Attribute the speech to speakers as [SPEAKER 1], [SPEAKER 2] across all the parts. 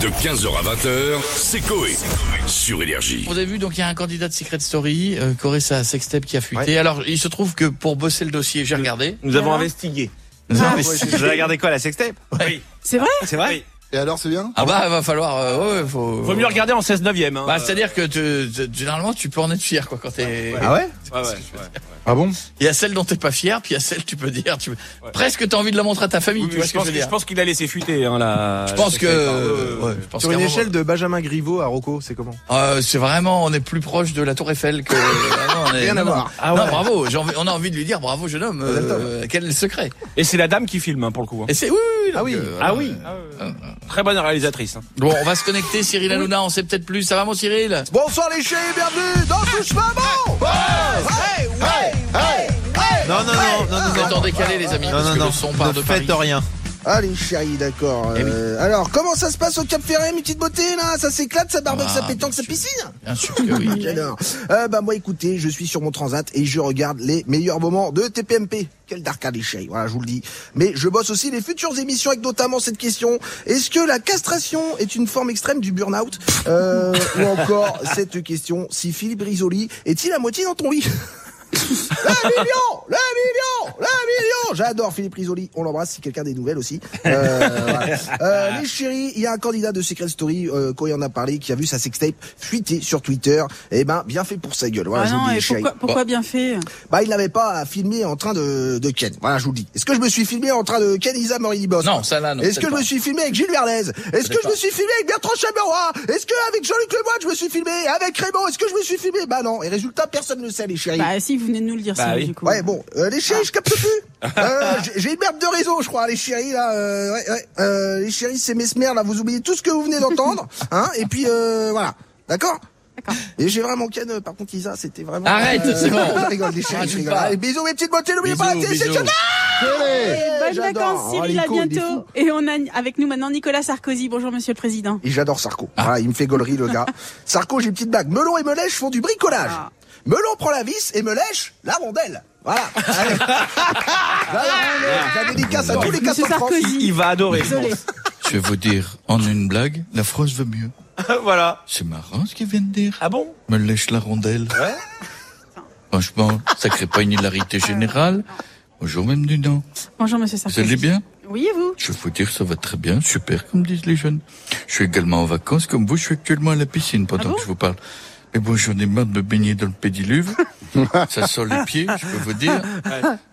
[SPEAKER 1] De 15h à 20h, c'est Coé sur Énergie.
[SPEAKER 2] Vous avez vu, donc il y a un candidat de Secret Story, euh, Coressa Sextep, qui a fuité. Alors, il se trouve que pour bosser le dossier, j'ai regardé. Ah, bah,
[SPEAKER 3] Nous avons investigué.
[SPEAKER 4] Ah,
[SPEAKER 2] Nous avons investi-
[SPEAKER 3] Vous avez regardé quoi, la sextape
[SPEAKER 2] Oui.
[SPEAKER 5] C'est vrai
[SPEAKER 3] C'est vrai
[SPEAKER 6] Et alors, c'est bien
[SPEAKER 2] Ah bah, il va falloir... euh, ouais, faut...
[SPEAKER 3] Vaut mieux regarder en 16 neuvième. Hein.
[SPEAKER 2] Bah, c'est-à-dire que tu, tu- généralement, tu peux en être fier, quoi, quand t'es...
[SPEAKER 6] Ah ouais
[SPEAKER 3] Ouais, ouais, ouais.
[SPEAKER 6] Ah bon
[SPEAKER 2] Il y a celle dont t'es pas fier, puis il y a celle tu peux dire, tu
[SPEAKER 3] Ouais.
[SPEAKER 2] presque t'as envie de la montrer à ta famille,
[SPEAKER 3] Oui,
[SPEAKER 2] tu
[SPEAKER 3] mais
[SPEAKER 2] vois
[SPEAKER 3] je,
[SPEAKER 2] ce que je
[SPEAKER 3] pense
[SPEAKER 2] veux
[SPEAKER 3] que- je
[SPEAKER 2] dire.
[SPEAKER 3] pense qu'il a laissé fuiter hein, la.
[SPEAKER 2] Je pense que
[SPEAKER 3] Euh,
[SPEAKER 2] ouais, je pense
[SPEAKER 4] Sur une
[SPEAKER 2] qu'à un
[SPEAKER 4] échelle de Benjamin Griveaux à Rocco, c'est comment
[SPEAKER 2] moment- Euh, c'est vraiment on est plus proche de la Tour Eiffel que vraiment, on est-
[SPEAKER 4] Rien à
[SPEAKER 2] non,
[SPEAKER 4] voir.
[SPEAKER 2] non.
[SPEAKER 3] Ah
[SPEAKER 2] Non,
[SPEAKER 3] ouais.
[SPEAKER 2] bravo, j'ai envie- on a envie de lui dire bravo jeune homme. euh, quel est le secret
[SPEAKER 3] Et c'est la dame qui filme hein, pour le coup. hein.
[SPEAKER 2] Et c'est oui, oui, donc,
[SPEAKER 4] Ah oui.
[SPEAKER 2] euh,
[SPEAKER 3] Ah oui. Très bonne réalisatrice. hein.
[SPEAKER 2] Bon, on va se connecter Cyril Hanouna, on sait peut-être plus. Ça va mon Cyril
[SPEAKER 4] Bonsoir les chers, bienvenue dans Touche pas bon Ouais, ouais, ouais.
[SPEAKER 7] Non, non, non, non,
[SPEAKER 2] Vous
[SPEAKER 7] non,
[SPEAKER 2] êtes
[SPEAKER 7] non.
[SPEAKER 2] en décalé les amis
[SPEAKER 7] Non,
[SPEAKER 2] parce
[SPEAKER 7] non,
[SPEAKER 2] que
[SPEAKER 7] non,
[SPEAKER 2] le son part
[SPEAKER 7] ne
[SPEAKER 2] de Paris.
[SPEAKER 7] faites rien.
[SPEAKER 4] Allez chérie, d'accord.
[SPEAKER 2] Eh
[SPEAKER 4] euh, alors, comment ça se passe au Cap Ferret, mes petites beautés là Ça s'éclate, ça barbote,
[SPEAKER 2] Ah,
[SPEAKER 4] ça pétanque,
[SPEAKER 2] bien
[SPEAKER 4] ça
[SPEAKER 2] sûr.
[SPEAKER 4] piscine
[SPEAKER 2] Bien sûr que oui.
[SPEAKER 4] J'adore. Euh, bah moi, écoutez, je suis sur mon transat et je regarde les meilleurs moments de TPMP. Quel darkade les chéris, voilà, je vous le dis. Mais je bosse aussi les futures émissions avec notamment cette question est-ce que la castration est une forme extrême du burn-out Euh, Ou encore cette question si Philippe Risoli est-il à moitié dans ton lit le million Le million Le million J'adore Philippe Risoli, on l'embrasse si quelqu'un a des nouvelles aussi. Euh, voilà. Euh, les chéris, il y a un candidat de Secret Story, euh, quand il en a parlé, qui a vu sa sextape fuiter sur Twitter. Eh ben, bien fait pour sa gueule. Voilà,
[SPEAKER 5] Ah
[SPEAKER 4] je vous
[SPEAKER 5] non,
[SPEAKER 4] le dis,
[SPEAKER 5] et
[SPEAKER 4] les chéris.
[SPEAKER 5] pourquoi, pourquoi bien fait
[SPEAKER 4] Bah, il n'avait pas à filmer en train de, de Ken. Voilà, je vous le dis. Est-ce que je me suis filmé en train de Ken Isa Morini Boss
[SPEAKER 2] Non, ça là non.
[SPEAKER 4] Est-ce que
[SPEAKER 2] peut-être
[SPEAKER 4] je me
[SPEAKER 2] pas.
[SPEAKER 4] suis filmé avec Gilles Verlaise Est-ce que je me suis filmé avec Bertrand Chameroy Est-ce que avec Jean-Luc Lemoyne je me suis filmé Avec Raymond, est-ce que je me suis filmé Bah non. Et résultat, personne ne le sait, les chéris.
[SPEAKER 5] Bah si, vous venez de nous le dire,
[SPEAKER 3] Bah
[SPEAKER 5] Cyril,
[SPEAKER 3] oui.
[SPEAKER 5] du coup.
[SPEAKER 4] Ouais, bon, euh, les chéris, je capte plus. Euh, j'ai- J'ai une merde de réseau, je crois, les chéris, là. euh, ouais, ouais. Euh, les chéris, c'est mesmer, là. Vous oubliez tout ce que vous venez d'entendre. Hein, et puis, euh, voilà. D'accord
[SPEAKER 5] D'accord.
[SPEAKER 4] Et j'ai vraiment ken, euh, par contre, Isa, c'était vraiment... euh,
[SPEAKER 2] Arrête, c'est bon.
[SPEAKER 4] Je rigole, les chéris, je
[SPEAKER 2] Rajoute
[SPEAKER 4] rigole.
[SPEAKER 2] pas.
[SPEAKER 4] Allez, bisous, mes petites beautés, n'oubliez pas la
[SPEAKER 2] Bisous,
[SPEAKER 4] télé, c'est le
[SPEAKER 2] bisous.
[SPEAKER 4] canal
[SPEAKER 5] Bonnes
[SPEAKER 4] J'adore.
[SPEAKER 5] Eh, vacances,
[SPEAKER 4] Oh,
[SPEAKER 5] Cyril, à
[SPEAKER 4] Nico, il est
[SPEAKER 5] bientôt. Et on a avec nous maintenant Nicolas Sarkozy. Bonjour, monsieur le président.
[SPEAKER 4] Et j'adore Sarko.
[SPEAKER 5] Ah.
[SPEAKER 4] Voilà, il me fait gaulerie, le gars. Sarko, j'ai une petite blague. Melon et Melèche font du bricolage.
[SPEAKER 5] Ah.
[SPEAKER 4] Melon prend la vis et Melèche la rondelle. Voilà. Allez. Voilà, La dédicace à tous les 400
[SPEAKER 5] Monsieur
[SPEAKER 4] francs.
[SPEAKER 5] Sarkozy.
[SPEAKER 3] Il va adorer.
[SPEAKER 5] Désolé.
[SPEAKER 2] Je vais vous dire en une blague, la France veut mieux.
[SPEAKER 3] voilà.
[SPEAKER 2] C'est marrant ce qu'il vient de dire.
[SPEAKER 3] Ah bon
[SPEAKER 2] Me lèche la rondelle.
[SPEAKER 3] Ouais.
[SPEAKER 2] Franchement, ça crée pas une hilarité générale. Bonjour même du nom.
[SPEAKER 5] Bonjour, monsieur
[SPEAKER 2] Vous
[SPEAKER 5] Sarkozy.
[SPEAKER 2] allez bien
[SPEAKER 5] Oui, et vous
[SPEAKER 2] Je vais vous dire, ça va très bien, super, comme disent les jeunes. Je suis également en vacances, comme vous, je suis actuellement à la piscine pendant
[SPEAKER 5] Ah bon
[SPEAKER 2] que je vous parle. Mais bon, j'en ai marre de me baigner dans le pédiluve. ça sort les pieds, je peux vous dire.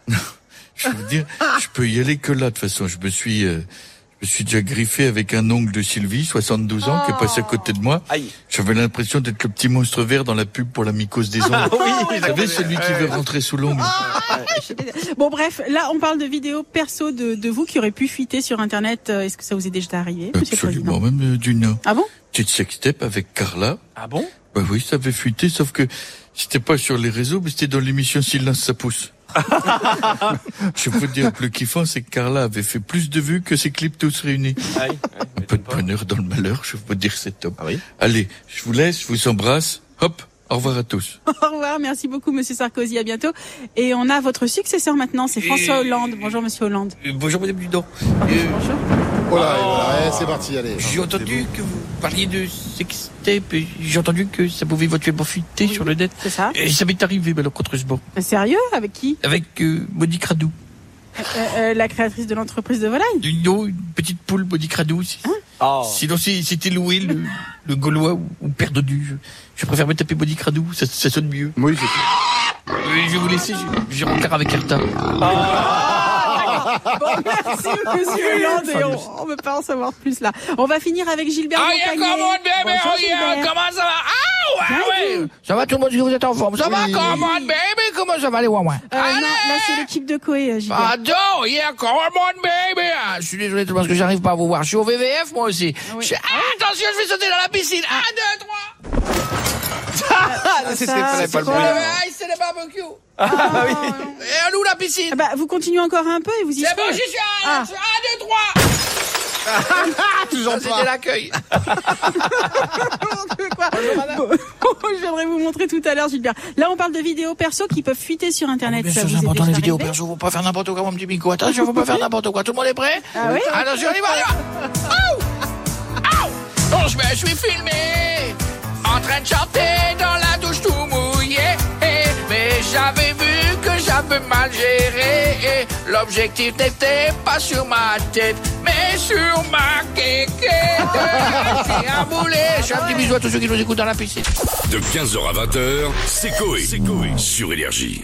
[SPEAKER 2] je peux vous dire, je peux y aller que là, de toute façon. Je me suis, euh, je me suis déjà griffé avec un ongle de Sylvie, 72 ans, qui est passé à côté de moi.
[SPEAKER 3] Aïe.
[SPEAKER 2] J'avais l'impression d'être le petit monstre vert dans la pub pour la mycose des ongles.
[SPEAKER 3] Oh oui,
[SPEAKER 2] Vous savez, celui qui veut rentrer sous l'ongle.
[SPEAKER 5] Bon, bref, là, on parle de vidéos perso de, de vous qui auraient pu fuiter sur Internet. Euh, Est-ce que ça vous est déjà arrivé, monsieur le
[SPEAKER 2] Absolument,
[SPEAKER 5] président
[SPEAKER 2] même euh, du Nord.
[SPEAKER 5] Ah bon
[SPEAKER 2] Petite sextape avec Carla.
[SPEAKER 3] Ah bon
[SPEAKER 2] Bah oui, ça avait fuité, sauf que c'était pas sur les réseaux, mais c'était dans l'émission Silence ça pousse. Je peux te dire, le plus kiffant, c'est que Carla avait fait plus de vues que ses clips tous réunis.
[SPEAKER 3] Aïe.
[SPEAKER 2] Un peu de bonheur dans le malheur, je peux dire cet homme.
[SPEAKER 3] Ah oui
[SPEAKER 2] Allez, je vous laisse, je vous embrasse. Hop, au revoir à tous.
[SPEAKER 5] Au revoir, merci beaucoup, monsieur Sarkozy, à bientôt. Et on a votre successeur maintenant, c'est François Hollande. Bonjour, monsieur Hollande.
[SPEAKER 2] Euh, bonjour, madame Dudon. Euh,
[SPEAKER 5] Bonjour.
[SPEAKER 6] Oh là, et voilà, eh, c'est parti, allez.
[SPEAKER 2] J'ai entendu que vous parliez de sextape, j'ai entendu que ça pouvait éventuellement fuiter
[SPEAKER 5] sur
[SPEAKER 2] le net.
[SPEAKER 5] C'est ça
[SPEAKER 2] Et ça m'est arrivé malheureusement
[SPEAKER 5] Mais Sérieux Avec qui
[SPEAKER 2] avec Monique Radou.
[SPEAKER 5] Euh, euh, La créatrice de l'entreprise de volaille
[SPEAKER 2] Une, eau, une petite poule, Monique Radou. si-
[SPEAKER 5] Hein
[SPEAKER 3] Oh.
[SPEAKER 2] Sinon, si- c'était loué le, le Gaulois ou, ou Père Dodu. Je, je préfère me taper Monique Radou, ça, ça sonne mieux.
[SPEAKER 6] Oui, c'est
[SPEAKER 2] Euh, Je vais vous laisser, j'ai- j'ai rencard avec Erta.
[SPEAKER 5] Bon, merci monsieur Hollande et on, on veut pas en savoir plus là. On va finir avec Gilbert Montagnier. Bonjour, Gilbert.
[SPEAKER 2] Comment ça va Ah
[SPEAKER 5] ouais.
[SPEAKER 2] Ça va tout le monde, est-ce que vous êtes en forme Ça va,
[SPEAKER 8] Oui.
[SPEAKER 2] come on, baby, comment ça va les Wamouins
[SPEAKER 5] Euh, non, là c'est l'équipe de Koé, euh, Gilbert.
[SPEAKER 2] Pardon, yeah, come on, baby Ah, Je suis désolé tout le monde, parce que j'arrive pas à vous voir. Je suis au VVF, moi aussi.
[SPEAKER 5] oui.
[SPEAKER 2] Je- Ah, attention, je vais sauter dans la piscine Un, deux, trois
[SPEAKER 5] Ah, ça, c'est
[SPEAKER 2] Pour le
[SPEAKER 5] pas-
[SPEAKER 2] VVF, c'est le barbecue
[SPEAKER 8] bah
[SPEAKER 5] Ah,
[SPEAKER 2] Et à nous, la piscine
[SPEAKER 5] ah, bah, vous continuez encore un peu et vous y
[SPEAKER 2] C'est bon,
[SPEAKER 5] serez.
[SPEAKER 2] j'y suis
[SPEAKER 5] Ah.
[SPEAKER 2] Un, deux, trois
[SPEAKER 8] Toujours
[SPEAKER 2] C'était
[SPEAKER 8] pas.
[SPEAKER 2] l'accueil
[SPEAKER 5] N'importe quoi. Bon, je viendrai vous montrer tout à l'heure, Gilbert. Là, on parle de vidéos perso qui peuvent fuiter sur Internet.
[SPEAKER 2] Bien
[SPEAKER 5] ça
[SPEAKER 2] sûr,
[SPEAKER 5] vous
[SPEAKER 2] Ah, c'est
[SPEAKER 5] est
[SPEAKER 2] important les
[SPEAKER 5] déjà
[SPEAKER 2] vidéos
[SPEAKER 5] arrivé
[SPEAKER 2] perso, faut pas faire n'importe quoi, mon petit Mico. Attention, faut pas faire n'importe quoi. Tout le monde est prêt
[SPEAKER 5] Ah oui
[SPEAKER 2] Attention, on y va, on y va Aouh Aouh Bon, je me suis filmé en train de chanter dans la douche tout mouillé. Mais j'avais vu que j'avais mal géré. L'objectif n'était pas sur ma tête, mais sur ma kéké. J'ai un boulet. Je fais un petit bisou à tous ceux qui nous écoutent dans la piscine.
[SPEAKER 1] De 15h à 20h, c'est Coé. Sur Énergie.